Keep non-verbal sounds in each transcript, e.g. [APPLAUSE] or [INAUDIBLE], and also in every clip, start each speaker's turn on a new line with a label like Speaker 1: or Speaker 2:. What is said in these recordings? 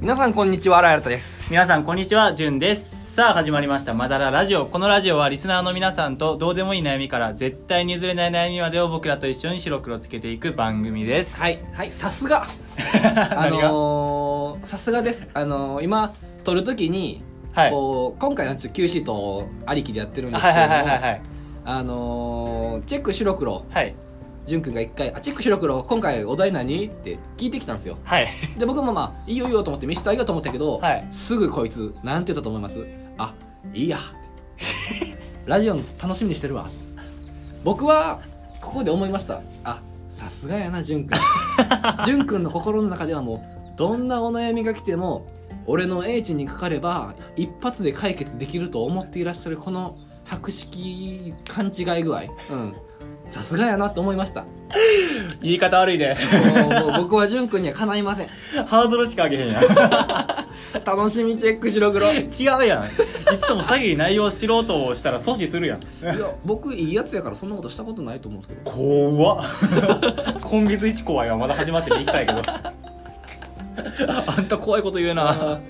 Speaker 1: 皆さんこんにちは新新です
Speaker 2: 皆さんこんにちはじゅんですさあ始まりました「まだらラジオ」このラジオはリスナーの皆さんとどうでもいい悩みから絶対に譲れない悩みまでを僕らと一緒に白黒つけていく番組です [LAUGHS]
Speaker 1: はいはいさすがあ
Speaker 2: 何が
Speaker 1: のー、さすがですあのー、今撮るときに、
Speaker 2: はい
Speaker 1: こう今回のちょっと Q シートありきでやってるんですけ
Speaker 2: はい
Speaker 1: れど
Speaker 2: はい
Speaker 1: も、
Speaker 2: はいはいはい
Speaker 1: あのー、チェック白黒
Speaker 2: はい
Speaker 1: じゅんくんが一回「あチェック白黒今回お題何?」って聞いてきたんですよ
Speaker 2: はい
Speaker 1: で僕もまあいいよいいよと思って見せてあげようと思ったけど、
Speaker 2: はい
Speaker 1: すぐこいつなんて言ったと思いますあいい
Speaker 2: [LAUGHS]
Speaker 1: やラジオの楽しみにしてるわ僕はここで思いましたあさすがやなじゅん
Speaker 2: [LAUGHS]
Speaker 1: くんじゅんくんの心の中ではもうどんなお悩みが来ても俺の英知にかかれば一発で解決できると思っていらっしゃるこの博識勘違い具合うんさすがやなと思いましたも
Speaker 2: 言い方悪いで
Speaker 1: うもう僕はじゅんくんにはかないません
Speaker 2: ハードルしか上げへんやん
Speaker 1: 楽しみチェック白黒い
Speaker 2: 違うやんいつも詐欺に内容しろとしたら阻止するやん
Speaker 1: や僕いいやつやからそんなことしたことないと思うんですけ
Speaker 2: 怖っ今月一怖いわまだ始まって1
Speaker 1: [LAUGHS]
Speaker 2: 回やけどあんた怖いこと言
Speaker 1: ど
Speaker 2: うな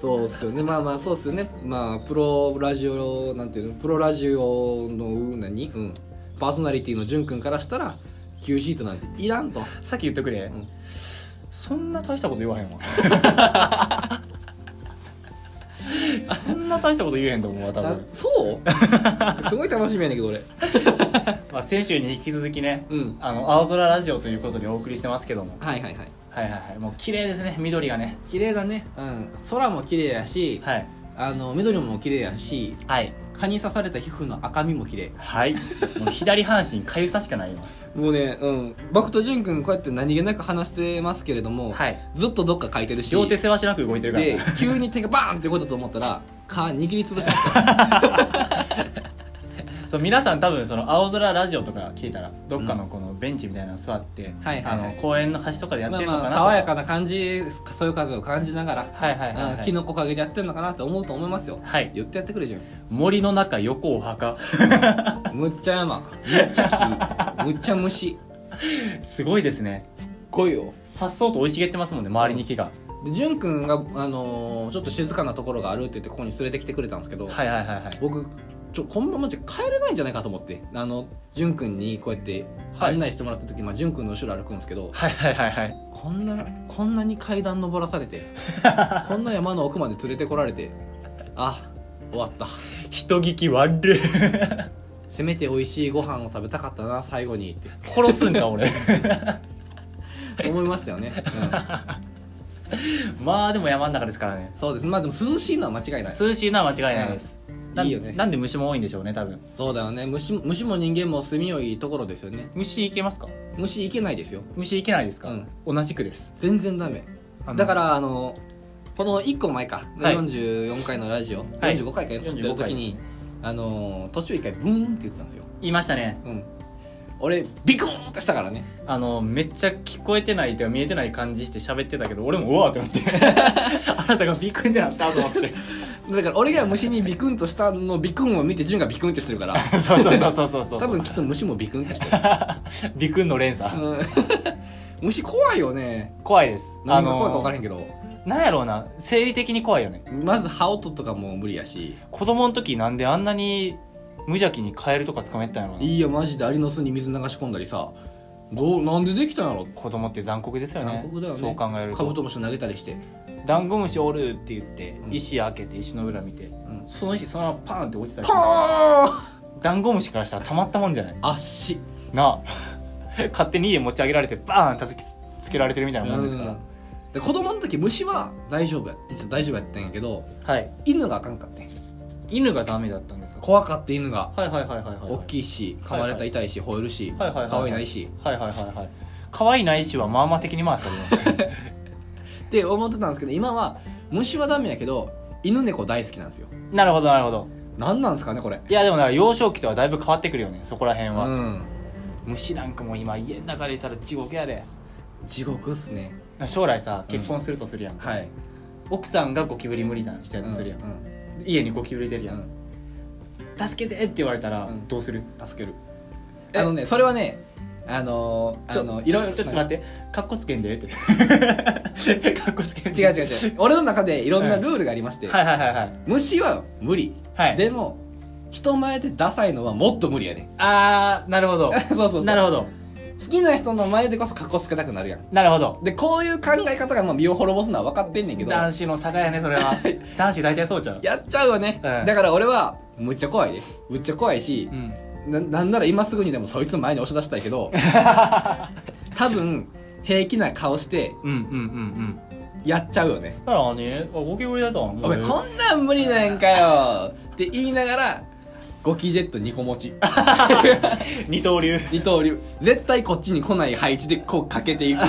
Speaker 1: そうっすよねまあまあそうっすよねまあプロラジオなんていうのプロラジオの何うんパーソナリティの淳君からしたら Q シートなんていらんと
Speaker 2: さっき言ってくれ、
Speaker 1: ん
Speaker 2: そんな大したこと言わへんわ [LAUGHS] そんな大したこと言えへんと思うわ多
Speaker 1: あ
Speaker 2: 分、
Speaker 1: そう [LAUGHS] すごい楽しみやねんけど俺
Speaker 2: まあ、先週に引き続きね
Speaker 1: うん
Speaker 2: あの青空ラジオということでお送りしてますけども
Speaker 1: はいはいはい
Speaker 2: はいはいはいもう綺麗ですね緑がね
Speaker 1: 綺麗だねうん空も綺麗やし、
Speaker 2: はい
Speaker 1: あの緑も綺麗やし
Speaker 2: はい
Speaker 1: 蚊に刺された皮膚の赤みも綺麗
Speaker 2: はいもう左半身かゆさしかない [LAUGHS] よ
Speaker 1: もうねうん僕と淳君こうやって何気なく話してますけれども、
Speaker 2: はい
Speaker 1: ずっとどっか書いてるし
Speaker 2: 両手せわしなく動いてるから
Speaker 1: で急に手がバーンって動いたと思ったら蚊握りつぶしました
Speaker 2: そう皆さん多分その青空ラジオとか聞いたらどっかのこのベンチみたいなの座って、
Speaker 1: はいはいはい
Speaker 2: あの公園の端とかでやっ
Speaker 1: ま
Speaker 2: て
Speaker 1: あ
Speaker 2: るのか
Speaker 1: ま
Speaker 2: な
Speaker 1: あ
Speaker 2: と
Speaker 1: 爽やかな感じそういう風を感じながら、
Speaker 2: はいはいはい、
Speaker 1: う
Speaker 2: は
Speaker 1: ん
Speaker 2: い、
Speaker 1: 木の木陰でやってるのかなって思うと思いますよ
Speaker 2: はい
Speaker 1: 言ってやってくれじゃん
Speaker 2: 森の中横お [LAUGHS] 墓
Speaker 1: むっちゃ山むっちゃ
Speaker 2: [LAUGHS]
Speaker 1: 木むっちゃ虫
Speaker 2: すごいですね
Speaker 1: 来いよ
Speaker 2: さっそうと生い茂ってますもんね周りに木が、
Speaker 1: で淳君が、あのーちょっと静かなところがあるって言ってここに連れてきてくれたんですけど、
Speaker 2: はいはいはいはい
Speaker 1: 僕ちょこのままじゃ帰れないんじゃないかと思ってあの淳君にこうやって
Speaker 2: はい
Speaker 1: 案内してもらった時、まあ、淳君の後ろ歩くんですけど
Speaker 2: はいはいはいはい
Speaker 1: こんなこんなに階段登らされ
Speaker 2: [LAUGHS]
Speaker 1: てこんな山の奥まで連れてこられてあ終わった
Speaker 2: 人聞き [LAUGHS] 悪い
Speaker 1: せめて美味しいご飯を食べたかったな最後にっ
Speaker 2: 殺すんか [LAUGHS] 俺
Speaker 1: て思いましたよね、
Speaker 2: まあでも山の中ですからね
Speaker 1: うん、そうですまあでも涼しいのは間違いない
Speaker 2: 涼しいのは間違いないです、
Speaker 1: ん
Speaker 2: なん
Speaker 1: いいよね
Speaker 2: なんで虫も多いんでしょうね多分
Speaker 1: そうだよね虫虫も人間も住みよいところですよね
Speaker 2: 虫いけますか
Speaker 1: 虫いけないですよ
Speaker 2: 虫いけないですか、
Speaker 1: うん
Speaker 2: 同じくです
Speaker 1: 全然ダメ
Speaker 2: あの
Speaker 1: だからあのこの1個前か、
Speaker 2: はい
Speaker 1: 44回のラジオ、
Speaker 2: はい
Speaker 1: 45回かやってる時に、あの途中1回ブーンって言ったんですよ、
Speaker 2: 言いましたね
Speaker 1: うん、俺ビクーンってしたからね
Speaker 2: あのめっちゃ聞こえてないというか見えてない感じして喋ってたけど俺もうわーって思って [LAUGHS] あなたがビクンってなったと思って
Speaker 1: だから俺が虫にビクンとしたのをビクンを見て純がビクンってしてるから
Speaker 2: [LAUGHS] そうそうそうそうそうそう
Speaker 1: 多分きっと虫もビクンって
Speaker 2: [LAUGHS]
Speaker 1: してる、
Speaker 2: ビクンの連鎖、
Speaker 1: うん [LAUGHS] 虫怖いよね
Speaker 2: 怖いです
Speaker 1: 何が怖いか分からへんけど、
Speaker 2: なんやろうな生理的に怖いよね
Speaker 1: まず羽音とかも無理やし
Speaker 2: 子供の時なんであんなに無邪気にカエルとか捕まえてたんやろうない
Speaker 1: いやマジでアリの巣に水流し込んだりさごなんでできたんやろ
Speaker 2: 子供って残酷ですよね
Speaker 1: 残酷だよね
Speaker 2: そう考える
Speaker 1: カブト
Speaker 2: と
Speaker 1: ムシ投げたりして、
Speaker 2: ダンゴムシおるって言って
Speaker 1: ん
Speaker 2: 石開けて石の裏見て
Speaker 1: うん、
Speaker 2: その石そのままパーンって落ちたり
Speaker 1: ポーン
Speaker 2: ダンゴムシからしたらたまったもんじゃない
Speaker 1: あっし
Speaker 2: なあ [LAUGHS] 勝手に家持ち上げられてバーン叩きつけられてるみたいなもんですから、
Speaker 1: うんで子供の時虫は大丈夫や大丈夫やったんやけど
Speaker 2: はい
Speaker 1: 犬があかんかってん
Speaker 2: 犬がダメだったんですか
Speaker 1: 怖かって犬が
Speaker 2: はいはいはいはいはい
Speaker 1: 大きいし噛まれたら痛いし吠えるし
Speaker 2: はいはいはい
Speaker 1: 可愛いないし
Speaker 2: はいはいはいはい可愛いないしはまあまあ的に回したけど
Speaker 1: って思ってたんですけど今は虫はダメやけど犬猫大好きなんですよ
Speaker 2: なるほどなるほど
Speaker 1: 何なんですかねこれ
Speaker 2: いやでもだから幼少期とはだいぶ変わってくるよねそこら辺
Speaker 1: う
Speaker 2: は、
Speaker 1: ん
Speaker 2: 虫なんかもう今家の中でいたら地獄やで
Speaker 1: 地獄っすね
Speaker 2: 将来さ結婚するとするやん、
Speaker 1: はい
Speaker 2: 奥さんがゴキブリ無理なんしたやとするやん、
Speaker 1: うん
Speaker 2: 家にゴキブリ出る
Speaker 1: う
Speaker 2: やん、
Speaker 1: ん
Speaker 2: 助けてって言われたら
Speaker 1: うん
Speaker 2: どうする、
Speaker 1: 助ける
Speaker 2: え
Speaker 1: あのねそれはねあのー
Speaker 2: ちょ
Speaker 1: あの
Speaker 2: ち
Speaker 1: い
Speaker 2: ょ
Speaker 1: ろいろ
Speaker 2: ちょっと待ってカッコつけんでって
Speaker 1: [LAUGHS]
Speaker 2: カッコつけんで
Speaker 1: 違う違う違
Speaker 2: [LAUGHS]
Speaker 1: う俺の中でいろんなルールがありまして、
Speaker 2: はいはいはいはい
Speaker 1: 虫は無理、
Speaker 2: はい
Speaker 1: でも人前でダサいのはもっと無理やね
Speaker 2: あーなるほど
Speaker 1: [LAUGHS] そうそうそう
Speaker 2: なるほど
Speaker 1: 好きな人の前でこそ格好つけたくなるやん
Speaker 2: なるほど
Speaker 1: でこういう考え方がまあ身を滅ぼすのは分かってんねんけど
Speaker 2: 男子の差がやねそれは男子大体そうちゃう
Speaker 1: やっちゃうよね、
Speaker 2: うん
Speaker 1: だから俺はむっちゃ怖いねむっちゃ怖いし
Speaker 2: う、ん
Speaker 1: ななんなら今すぐにでもそいつ前に押し出したいけ [LAUGHS] ど多分平気な顔して
Speaker 2: うんうんうんうん
Speaker 1: やっちゃうよね
Speaker 2: だからねあゴキブリだと
Speaker 1: お前こんなん無理なんかよって言いながらゴキジェット2個持 [LAUGHS] ち
Speaker 2: 二刀流
Speaker 1: 二刀流絶対こっちに来ない配置でこうかけていく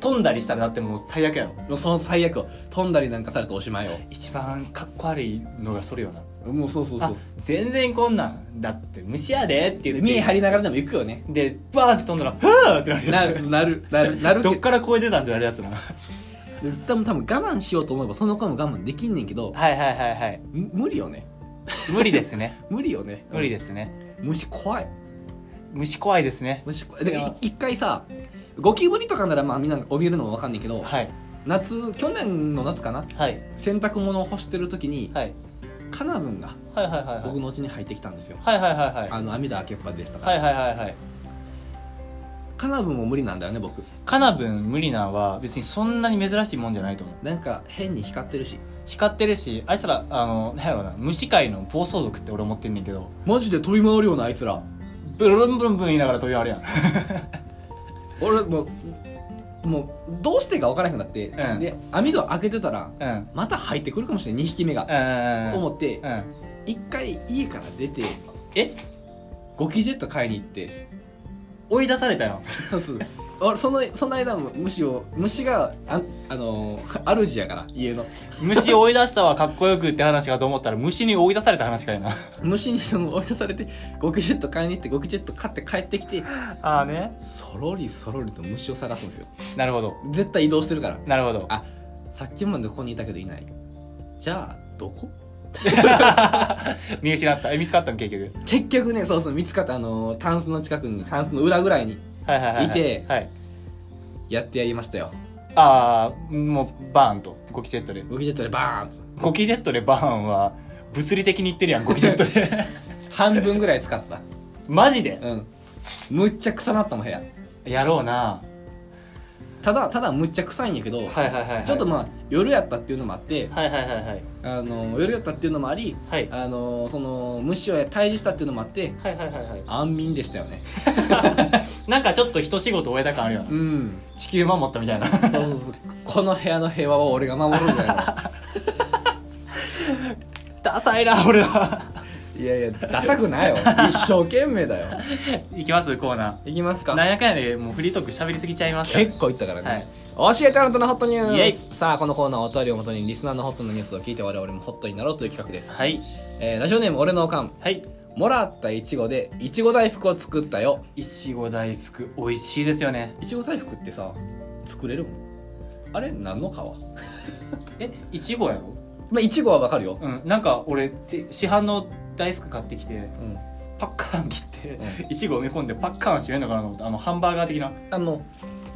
Speaker 2: 飛んだりしたらだってもう最悪やろ
Speaker 1: もうその最悪を飛んだりなんかされておしまいよ
Speaker 2: 一番かっこ悪いのがそれよな
Speaker 1: もうそうそうそ
Speaker 2: あ
Speaker 1: う
Speaker 2: 全然こんなんだって虫やでって言
Speaker 1: で
Speaker 2: って
Speaker 1: 見え張りながらでも行くよね
Speaker 2: でバーンって飛んだら「はーってなる
Speaker 1: な
Speaker 2: や
Speaker 1: るなるなるなる
Speaker 2: つ
Speaker 1: け
Speaker 2: ど
Speaker 1: ど
Speaker 2: っから超えてたんってなるやつなは
Speaker 1: 多分多分我慢しようと思えばその子も我慢できんねんけど
Speaker 2: いはいはいはい
Speaker 1: む無理よね
Speaker 2: 無理ですね
Speaker 1: 無理よね
Speaker 2: 無理ですすね
Speaker 1: 虫怖い
Speaker 2: 虫怖いですね
Speaker 1: 虫怖いだか
Speaker 2: い
Speaker 1: ら
Speaker 2: や
Speaker 1: い一回さゴキブリとかならまあみんな怯えるのもわかんないけど
Speaker 2: はい
Speaker 1: 夏去年の夏かな
Speaker 2: はい
Speaker 1: 洗濯物を干してる時に
Speaker 2: はい
Speaker 1: カナブンが
Speaker 2: はいはいはいはい
Speaker 1: 僕の家に入ってきたんですよ
Speaker 2: はいはいはいはい
Speaker 1: あの網戸開けっぱでしたから、
Speaker 2: はいはいはいはい
Speaker 1: カナブンも無理なんだよね僕
Speaker 2: カナブン無理なんは別にそんなに珍しいもんじゃないと思う
Speaker 1: なんか変に光ってるし
Speaker 2: 光ってるしあいつらあのなんやろうな虫界の暴走族って俺思ってんねんけど
Speaker 1: マジで飛び回るようなあいつら
Speaker 2: ブルンブルンブルン言いながら飛び回るやん
Speaker 1: 俺もうもうどうしてか分からなくなって、
Speaker 2: うん
Speaker 1: で網戸開けてたら
Speaker 2: うん
Speaker 1: また入ってくるかもしれない2匹目が、
Speaker 2: うん
Speaker 1: と思って
Speaker 2: うん
Speaker 1: 一回家から出て
Speaker 2: え
Speaker 1: ゴキジェット買いに行って [LAUGHS]
Speaker 2: 追い出されたよ
Speaker 1: そうそう俺そのその間も虫を虫がああのー、主やから家の
Speaker 2: 虫追い出したはかっこよくって話かと思ったら虫に追い出された話かよな
Speaker 1: 虫にその追い出されてゴキジェット買いに行ってゴキジェット買って帰ってきて
Speaker 2: ああね
Speaker 1: そろりそろりと虫を探すんですよ
Speaker 2: なるほど
Speaker 1: 絶対移動してるから
Speaker 2: なるほど [LAUGHS]
Speaker 1: あさっきまでここにいたけどいないじゃあどこ [LAUGHS]
Speaker 2: 見失ったえ見つかったの結局
Speaker 1: 結局ねそうそう見つかったあのータンスの近くにタンスの裏ぐらいに
Speaker 2: はいはいはいはい
Speaker 1: て
Speaker 2: はい
Speaker 1: やってやりましたよ
Speaker 2: ああもうバーンとゴキジェットで
Speaker 1: ゴキジェットでバーンと
Speaker 2: ゴキジェットでバーンは物理的に言ってるやんゴキジェット [LAUGHS] で
Speaker 1: 半分ぐらい使った
Speaker 2: マジで
Speaker 1: うんむっちゃ臭なったもん部屋
Speaker 2: やろうな
Speaker 1: ただただむっちゃ臭いんやけど、
Speaker 2: はいはいはいはい
Speaker 1: ちょっとまあ夜やったっていうのもあって
Speaker 2: はいはいはいはい
Speaker 1: あのー夜やったっていうのもあり、
Speaker 2: はい
Speaker 1: あのーその虫を退治したっていうのもあって
Speaker 2: はいはいはいはい
Speaker 1: 安眠でした
Speaker 2: [LAUGHS]
Speaker 1: よね
Speaker 2: なんかちょっと一仕事終えた感あるよな
Speaker 1: うん
Speaker 2: 地球守ったみたいな [LAUGHS]
Speaker 1: そうそうそうこの部屋の平和は俺が守るんだよ
Speaker 2: ダサいな俺は [LAUGHS]
Speaker 1: いやいやダサくないよ一生懸命だよ
Speaker 2: いきますコーナ
Speaker 1: いきます
Speaker 2: ー
Speaker 1: か
Speaker 2: なんやかんやでもうフリートーク喋りすぎちゃいますから
Speaker 1: 結構いったからね、教えてあなたのホットニュ
Speaker 2: イエイ
Speaker 1: ースさあこのコーナーはお便りをもとにリスナーのホットなニュースを聞いて我々もホットになろうという企画です、
Speaker 2: はい
Speaker 1: えーラジオネーム俺のおかん
Speaker 2: はい
Speaker 1: もらったいちごでいちご大福を作ったよ
Speaker 2: いちご大福美味しいですよね
Speaker 1: いちご大福ってさ作れるもんあれ何の皮ま
Speaker 2: えいちごやろ
Speaker 1: あいちごはわかるよ、
Speaker 2: うんなんか俺て市販の大福買ってきて
Speaker 1: うん、
Speaker 2: パッカーン切って、
Speaker 1: う
Speaker 2: いちご埋め込んでパッカーン閉めんのかなと思ってあのハンバーガー的な
Speaker 1: あの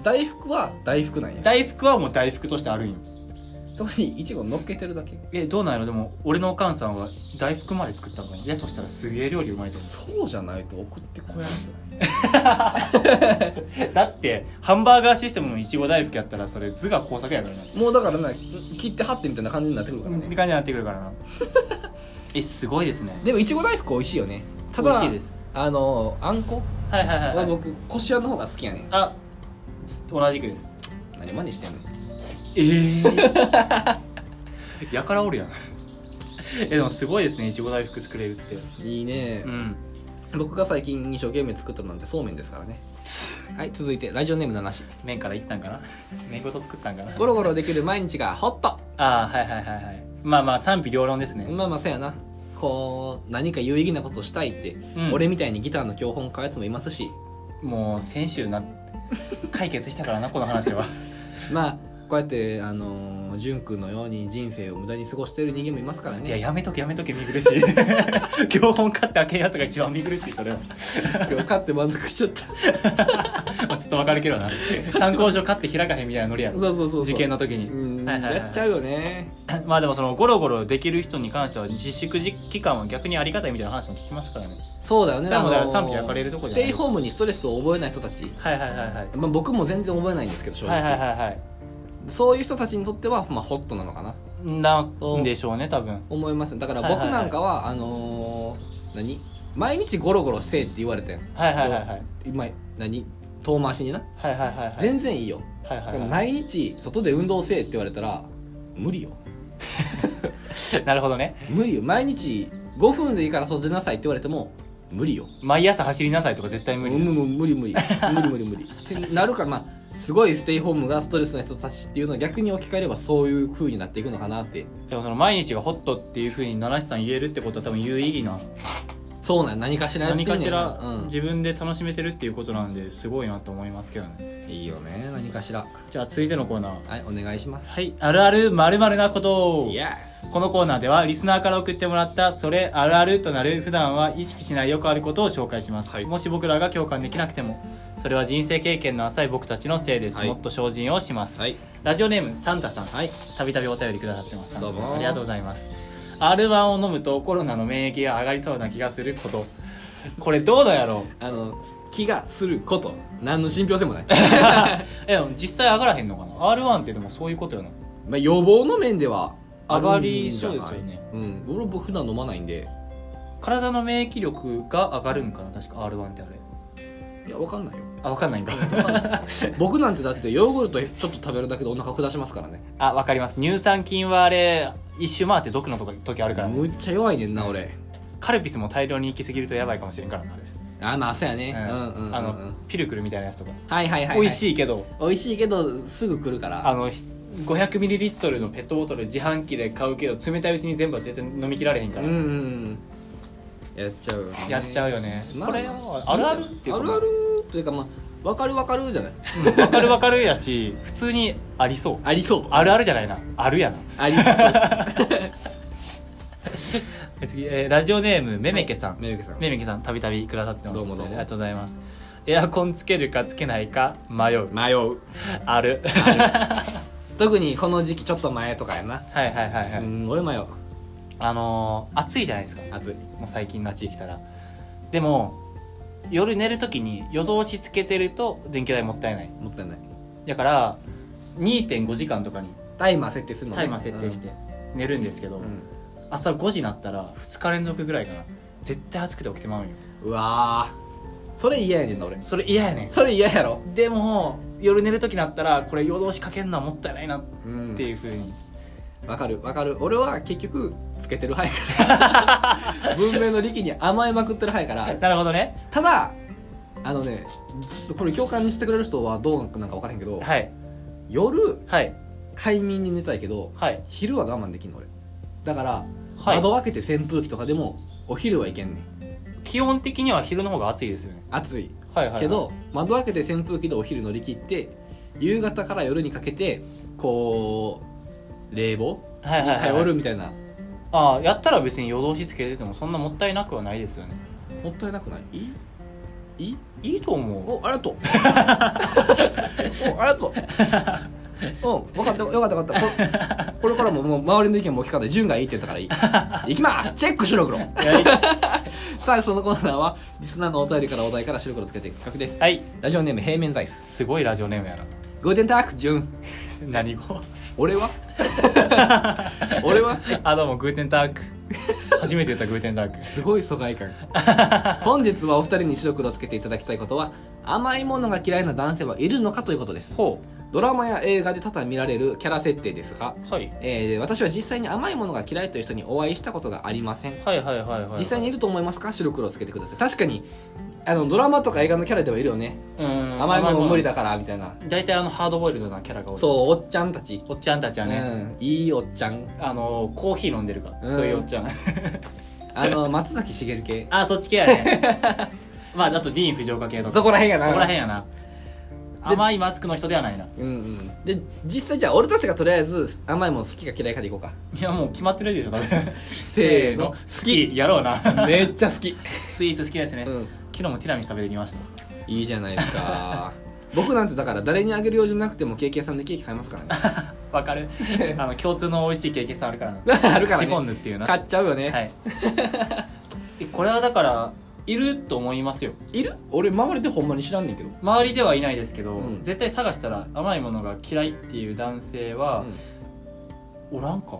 Speaker 1: 大福は大福なんや
Speaker 2: 大福はもう大福としてあるんよ
Speaker 1: そこにいちご乗っけてるだけ
Speaker 2: えどうなんやろでも俺のおかんさんは大福まで作ったのかなやとしたらすげえ料理うまいと思
Speaker 1: そうじゃないと送ってこやんよ
Speaker 2: う [LAUGHS] だってハンバーガーシステムのいちご大福やったらそれ図が工作やからな
Speaker 1: もうだからな切って貼ってみたいな感じになってくるから
Speaker 2: って感
Speaker 1: ね
Speaker 2: じになってくるからな [LAUGHS] えすごいですね
Speaker 1: でもいちご大福美味しいよねた
Speaker 2: 美
Speaker 1: だ
Speaker 2: 味しいです
Speaker 1: あのあんこ
Speaker 2: はいはいはい、は、
Speaker 1: はい僕こしあんの方が好きやねん
Speaker 2: あ同じくです
Speaker 1: 何マネしてんの
Speaker 2: ええ [LAUGHS] やからおるやん [LAUGHS] えでもすごいですねいちご大福作れるって
Speaker 1: いいね
Speaker 2: う、ん
Speaker 1: 僕が最近一生懸命作ったのなんてそうめんですから [LAUGHS] ねはい続いてラジオネーム7し
Speaker 2: 麺からいったんかな [LAUGHS] 麺ごと作ったんかな
Speaker 1: ゴロゴロできる毎日がホット
Speaker 2: ああはいはいはいはいまあまあ賛否両論ですね、
Speaker 1: まあまあそうやなこう何か有意義なことしたいって、
Speaker 2: うん
Speaker 1: 俺みたいにギターの教本買うやつもいますし
Speaker 2: もう先週な解決したからなこの話は
Speaker 1: まあこうやってあのー淳君のように人生を無駄に過ごしてる人間もいますから
Speaker 2: いや
Speaker 1: ね
Speaker 2: やめとけやめとけ見苦しい
Speaker 1: [LAUGHS]
Speaker 2: 教本買って開けるやつが一番見苦しいそれは
Speaker 1: 今日買って満足しちゃった
Speaker 2: まあちょっとわかるけどな参考書買って開かへんみたいなノリや
Speaker 1: そ
Speaker 2: ろ
Speaker 1: うそうそうそう
Speaker 2: 受験の時
Speaker 1: う
Speaker 2: に
Speaker 1: ん、
Speaker 2: はいはいはい
Speaker 1: やっちゃうよね
Speaker 2: まあでもそのゴロゴロできる人に関しては自粛期間は逆にありがたいみたいな話も聞きますからね
Speaker 1: そうだよね
Speaker 2: それはもうだから
Speaker 1: あのー
Speaker 2: 賛否分かれるとこじ
Speaker 1: ス
Speaker 2: ゃない
Speaker 1: テイホームにストレスを覚えない人たち、
Speaker 2: はいはいはいはい
Speaker 1: まあ、僕も全然覚えないんですけど正直、
Speaker 2: はいはいはいはい
Speaker 1: そういう人たちにとっては、まあ、ホットなのかな
Speaker 2: なんでしょうね多分
Speaker 1: 思いますだから
Speaker 2: はいはいはい
Speaker 1: 僕なんかは,、あのー何毎日ゴロゴロせえって言われてん
Speaker 2: はいはいはいはい
Speaker 1: そう今何遠回しにな、
Speaker 2: はいはいはいはい
Speaker 1: 全然いいよ、
Speaker 2: はいはい
Speaker 1: でも
Speaker 2: は
Speaker 1: 毎日外で運動せえって言われたら無理よ
Speaker 2: いなるほどね
Speaker 1: 無理よ毎日5分でいいから外出なさいって言われても無理よ
Speaker 2: 毎朝走りなさいとか絶対無
Speaker 1: 無
Speaker 2: 理
Speaker 1: 理無理無
Speaker 2: [LAUGHS]
Speaker 1: 理無理無理無理無理ってなるからまあすごいステイホームがストレスな人たちっていうのは逆に置き換えればそういう風になっていくのかなって
Speaker 2: でもその毎日がホットっていうふうに七瀬さん言えるってことは多分有意義な
Speaker 1: そうなん何かしらやって
Speaker 2: 何
Speaker 1: んね
Speaker 2: か
Speaker 1: ん
Speaker 2: しら
Speaker 1: うん、
Speaker 2: 自分で楽しめてるっていうことなんですごいなと思いますけどね
Speaker 1: いいよね何かしら
Speaker 2: じゃあ続いてのコーナー
Speaker 1: はいお願いします
Speaker 2: はいあるあるまるまるなこと
Speaker 1: イエ
Speaker 2: このコーナーではリスナーから送ってもらったそれあるあるとなる普段は意識しないよくあることを紹介します、
Speaker 1: はい
Speaker 2: もし僕らが共感できなくてもそれは人生経験の浅い僕たちのせいです、
Speaker 1: はい
Speaker 2: もっと精進をします、
Speaker 1: はい
Speaker 2: ラジオネームサンタさん
Speaker 1: はい
Speaker 2: たびたびお便りくださってます
Speaker 1: どうも
Speaker 2: ありがとうございます R1 を飲むとコロナの免疫が上がりそうな気がすることこれどうだやろう
Speaker 1: あの気がすること何の信憑性
Speaker 2: [LAUGHS]
Speaker 1: もない
Speaker 2: えでも実際上がらへんのかな R1 ってでもそういうことよな
Speaker 1: まあ予防の面ではあるんじゃない
Speaker 2: 上がりそうですよね
Speaker 1: うん俺僕普段飲まないんで
Speaker 2: 体の免疫力が上がるんかな確か R1 ってあれ
Speaker 1: いやわかんないよ
Speaker 2: あ分かんないんだ
Speaker 1: わかんない [LAUGHS] 僕なんてだってヨーグルトちょっと食べるだけでお腹下しますからね
Speaker 2: [LAUGHS] あわかります乳酸菌はあれ一周回って毒のとか時あるからね、
Speaker 1: むっちゃ弱いねんな俺
Speaker 2: カルピスも大量に行き過ぎるとやばいかもしれんからなあれ
Speaker 1: あまあそうやねうんうんうんうん
Speaker 2: あのピルクルみたいなやつとか、
Speaker 1: はいはいはい、
Speaker 2: 美味
Speaker 1: い
Speaker 2: しいけど
Speaker 1: 美味しいけどすぐ来るから
Speaker 2: あのひ 500ml のペットボトル自販機で買うけど冷たいうちに全部は絶対飲み切られへんか
Speaker 1: う
Speaker 2: ら、
Speaker 1: んうんうんやっちゃうよね
Speaker 2: やっちゃうよね、
Speaker 1: まあ
Speaker 2: これはあるあるっていう
Speaker 1: あ
Speaker 2: か
Speaker 1: るあるというかまあわかるわかるじゃない
Speaker 2: うんわかるわかるやし普通に [LAUGHS] ありそう
Speaker 1: ありそう
Speaker 2: あるあるじゃないなあるやな
Speaker 1: ありそう
Speaker 2: 次、えーラジオネーム [LAUGHS] めめけさん、
Speaker 1: メルケさん
Speaker 2: めめけさんたびたびくださってます
Speaker 1: どうもどうも
Speaker 2: ありがとうございますエアコンつけるかつけないか迷う
Speaker 1: 迷う
Speaker 2: あ [LAUGHS] る
Speaker 1: 特にこの時期ちょっと前とかやな
Speaker 2: はいはいはいはい、
Speaker 1: すんごい迷う
Speaker 2: あのー暑いじゃないですか
Speaker 1: 暑い
Speaker 2: もう最近の秋来たらでも夜寝るときに夜通しつけてると電気代もったいない
Speaker 1: もったいない
Speaker 2: だから2.5時間とかに
Speaker 1: タイマー設定するのね
Speaker 2: タイマー設定して寝るんですけど、
Speaker 1: うんうん
Speaker 2: 朝5時になったら2日連続ぐらいかな絶対暑くて起きてまうんよ
Speaker 1: うわーそれ嫌やねんな俺
Speaker 2: それ嫌やねん
Speaker 1: それ嫌やろ
Speaker 2: でも夜寝る時になったらこれ夜通しかけんのはもったいないなっ
Speaker 1: うん
Speaker 2: ていうふうに、
Speaker 1: わかるわかる俺は結局つけてる派や
Speaker 2: [LAUGHS]
Speaker 1: から文明の力に甘えまくってる派やから
Speaker 2: なるほどね
Speaker 1: ただあのねちょっとこれ共感にしてくれる人はどうなんか分からへんけど、
Speaker 2: はい
Speaker 1: 夜
Speaker 2: はい
Speaker 1: 快眠に寝たいけど
Speaker 2: はい
Speaker 1: 昼は我慢できんの俺だから、
Speaker 2: はい
Speaker 1: 窓開けて扇風機とかでもお昼はいけんねん
Speaker 2: 基本的には昼の方が暑いですよね
Speaker 1: 暑い
Speaker 2: はいはい、はい、
Speaker 1: けど、窓開けて扇風機でお昼乗り切って夕方から夜にかけてこう冷房
Speaker 2: はいはいはい、
Speaker 1: 頼るみたいな
Speaker 2: ああやったら別に夜通しつけててもそんなもったいなくはないですよね
Speaker 1: もったいなくないいいいい
Speaker 2: いいと思う
Speaker 1: おありがとう [LAUGHS] おありがとううん、分かったよかったよかったここれからももう周りの意見も聞かない順がいいって言ったからいい行きますチェック白黒
Speaker 2: い [LAUGHS] やいい
Speaker 1: [LAUGHS] さあそのコーナーはリスナーのお便りからお題から白黒つけていく企画です
Speaker 2: はい
Speaker 1: ラジオネーム平面ザイス
Speaker 2: すごいラジオネームやな [LAUGHS]
Speaker 1: グーテンタックジュン
Speaker 2: 何語 [LAUGHS]
Speaker 1: 俺は [LAUGHS] 俺は
Speaker 2: あどうもグーテンター
Speaker 1: [LAUGHS]
Speaker 2: ク初めて言ったグーテンターク
Speaker 1: すごい疎外感本日はお二人に白黒つけていただきたいことは甘いものが嫌いな男性はいるのかということです
Speaker 2: ほ
Speaker 1: ドラマや映画で多々見られるキャラ設定ですが、
Speaker 2: う、はい、
Speaker 1: えー私は実際に甘いものが嫌いという人にお会いしたことがありません
Speaker 2: はいはいはいはい
Speaker 1: 実際にいると思いますか白黒つけてください確かにあのドラマとか映画のキャラではいるよね
Speaker 2: うん
Speaker 1: 甘いもの無理
Speaker 2: だ
Speaker 1: だからみたいな
Speaker 2: 大体あのハードボイルドなキャラが多い
Speaker 1: そうおっちゃんたち
Speaker 2: おっちゃんたちはね、
Speaker 1: うん、いいおっちゃん
Speaker 2: あのコーヒー飲んでるから、
Speaker 1: うん
Speaker 2: そういうおっちゃん [LAUGHS]
Speaker 1: あ [LAUGHS] の松崎しげる系 [LAUGHS]
Speaker 2: あそっち系やねまああとディーン・フジオカ系とか
Speaker 1: そこら辺やな
Speaker 2: そこら辺やな甘いマスクの人ではないな
Speaker 1: うんうんで実際じゃあ俺たちがとりあえず甘いもの好きか嫌いかでいこうか
Speaker 2: いやもう決まってるでしょ
Speaker 1: [LAUGHS]
Speaker 2: 多分
Speaker 1: せーの
Speaker 2: 好きやろう
Speaker 1: [LAUGHS]
Speaker 2: な
Speaker 1: めっちゃ好き、
Speaker 2: スイーツ好きですね、
Speaker 1: うん、
Speaker 2: 昨日もティラミス食べてきました
Speaker 1: いいじゃないですか [LAUGHS] 僕なんてだから誰にあげる用じゃなくてもケーキ屋さんでケーキ買いますからね
Speaker 2: わかるあの共通の美味しい経験さんあるからな
Speaker 1: [LAUGHS] あるからね
Speaker 2: シフォンヌっていう
Speaker 1: [LAUGHS]
Speaker 2: な
Speaker 1: 買っちゃうよね、
Speaker 2: はい、えこれはだからいると思いますよ
Speaker 1: い、る俺周りでほんまに知らんねんけど、
Speaker 2: 周りではいないですけど、
Speaker 1: うん
Speaker 2: 絶対探したら甘いものが嫌いっていう男性は、おらんか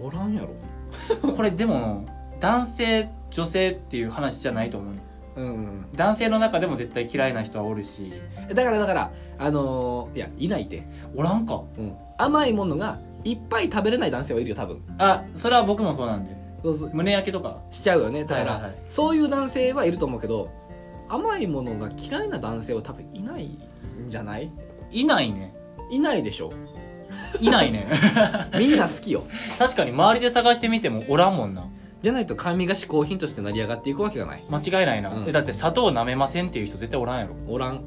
Speaker 1: うんおらんやろ
Speaker 2: これでも男性女性っていう話じゃないと思う
Speaker 1: うんうん
Speaker 2: 男性の中でも絶対嫌いな人はおるし
Speaker 1: うんだからだからあのーいやいないって、
Speaker 2: おらんか
Speaker 1: うん、甘いものがいっぱい食べれない男性はいるよ多分
Speaker 2: あそれは僕もそうなんで
Speaker 1: そうそう
Speaker 2: 胸焼けとか
Speaker 1: しちゃうよねだから、
Speaker 2: はいはいはい
Speaker 1: そういう男性はいると思うけど甘いものが嫌いな男性は多分いないんじゃない
Speaker 2: いないね
Speaker 1: いないでしょ
Speaker 2: いないね [LAUGHS]
Speaker 1: みんな好き [LAUGHS] よ
Speaker 2: 確かに周りで探してみてもおらんもんな
Speaker 1: じゃないと甘味が嗜好品として成り上がっていくわけがない
Speaker 2: 間違いないな、
Speaker 1: うん
Speaker 2: えだって砂糖舐めませんっていう人絶対おらんやろ
Speaker 1: おらん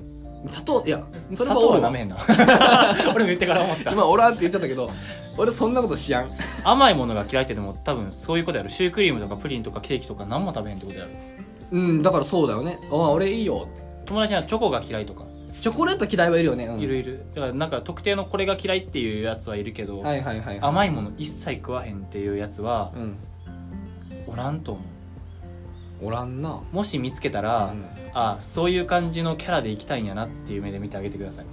Speaker 1: 砂糖いやそ
Speaker 2: 砂
Speaker 1: れは
Speaker 2: 糖
Speaker 1: お
Speaker 2: は
Speaker 1: る
Speaker 2: 舐
Speaker 1: わ
Speaker 2: めへんな [LAUGHS] 俺も言ってから思った
Speaker 1: 今おらんって言っちゃったけど俺そんなことしやん
Speaker 2: 甘いものが嫌いってでも多分そういうことやろシュークリームとかプリンとかケーキとか何も食べへんってことやろ
Speaker 1: うんだからそうだよねあ俺いいよ
Speaker 2: 友達にはチョコが嫌いとか
Speaker 1: チョコレート嫌いはいるよね、うん
Speaker 2: いるいるだからなんか特定のこれが嫌いっていうやつはいるけど、
Speaker 1: はいはいはい
Speaker 2: 甘いもの一切食わへんっていうやつは
Speaker 1: うん
Speaker 2: おらんと思
Speaker 1: おらんな
Speaker 2: うもし見つけたら、
Speaker 1: うん
Speaker 2: あそういう感じのキャラでいきたいんやなっていう目で見てあげてください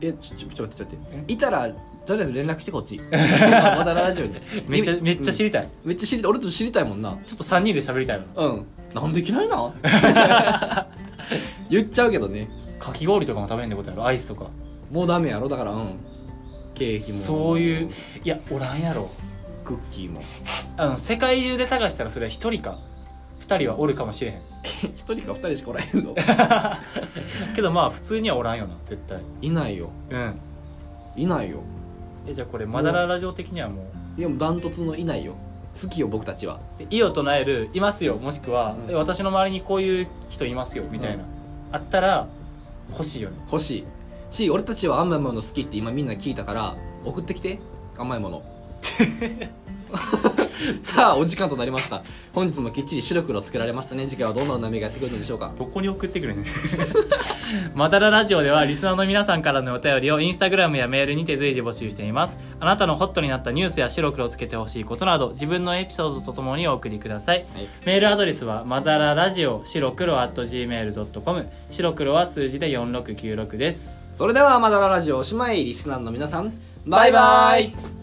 Speaker 1: えちょちょちょちょ待ってちょ待っ
Speaker 2: え
Speaker 1: ていたらとりあえず連絡してこ
Speaker 2: [LAUGHS]
Speaker 1: っちまだラジオに
Speaker 2: めっちゃめっちゃ知
Speaker 1: り、
Speaker 2: りたい、
Speaker 1: うんめっちゃ知りたい俺と知りたいもんな
Speaker 2: ちょっと3人で喋りたいもん
Speaker 1: うんなんで嫌いな
Speaker 2: [LAUGHS]
Speaker 1: 言っちゃうけどね
Speaker 2: かき氷とかも食べへんってことやろアイスとか
Speaker 1: もうダメやろだからうんケーキも
Speaker 2: そういういやおらんやろ
Speaker 1: クッキーも
Speaker 2: あの世界中で探したらそれは1人か2人はおるかもしれへん
Speaker 1: [LAUGHS] 一人か二人しかおらへんの
Speaker 2: けどまあ普通にはおらんよな絶対
Speaker 1: いないよ
Speaker 2: うん
Speaker 1: いないよ
Speaker 2: えじゃあこれマダララジオ的にはもう
Speaker 1: いやもうダントツのいないよ好きよ僕たちは
Speaker 2: で意を唱える「いますよ」もしくは、
Speaker 1: うん
Speaker 2: え私の周りにこういう人いますよ」みたいな、
Speaker 1: う
Speaker 2: あったら欲しいよね
Speaker 1: 欲しいし俺たちは甘いもの好きって今みんな聞いたから送ってきて甘いものさあお時間となりました本日もきっちり白黒つけられましたね次回はどんな波がやってくるのでしょうか
Speaker 2: どこに送ってくるね [LAUGHS] まだらラジオではリスナーの皆さんからのお便りをインスタグラムやメールにて随時募集していますあなたのホットになったニュースや白黒つけてほしいことなど自分のエピソードとともにお送りください
Speaker 1: はい
Speaker 2: メールアドレスはまだらラジオ白黒 at gmail.com 白黒は数字で4696です
Speaker 1: それではまだらラジオおしまいリスナーの皆さんバイバイ
Speaker 2: イ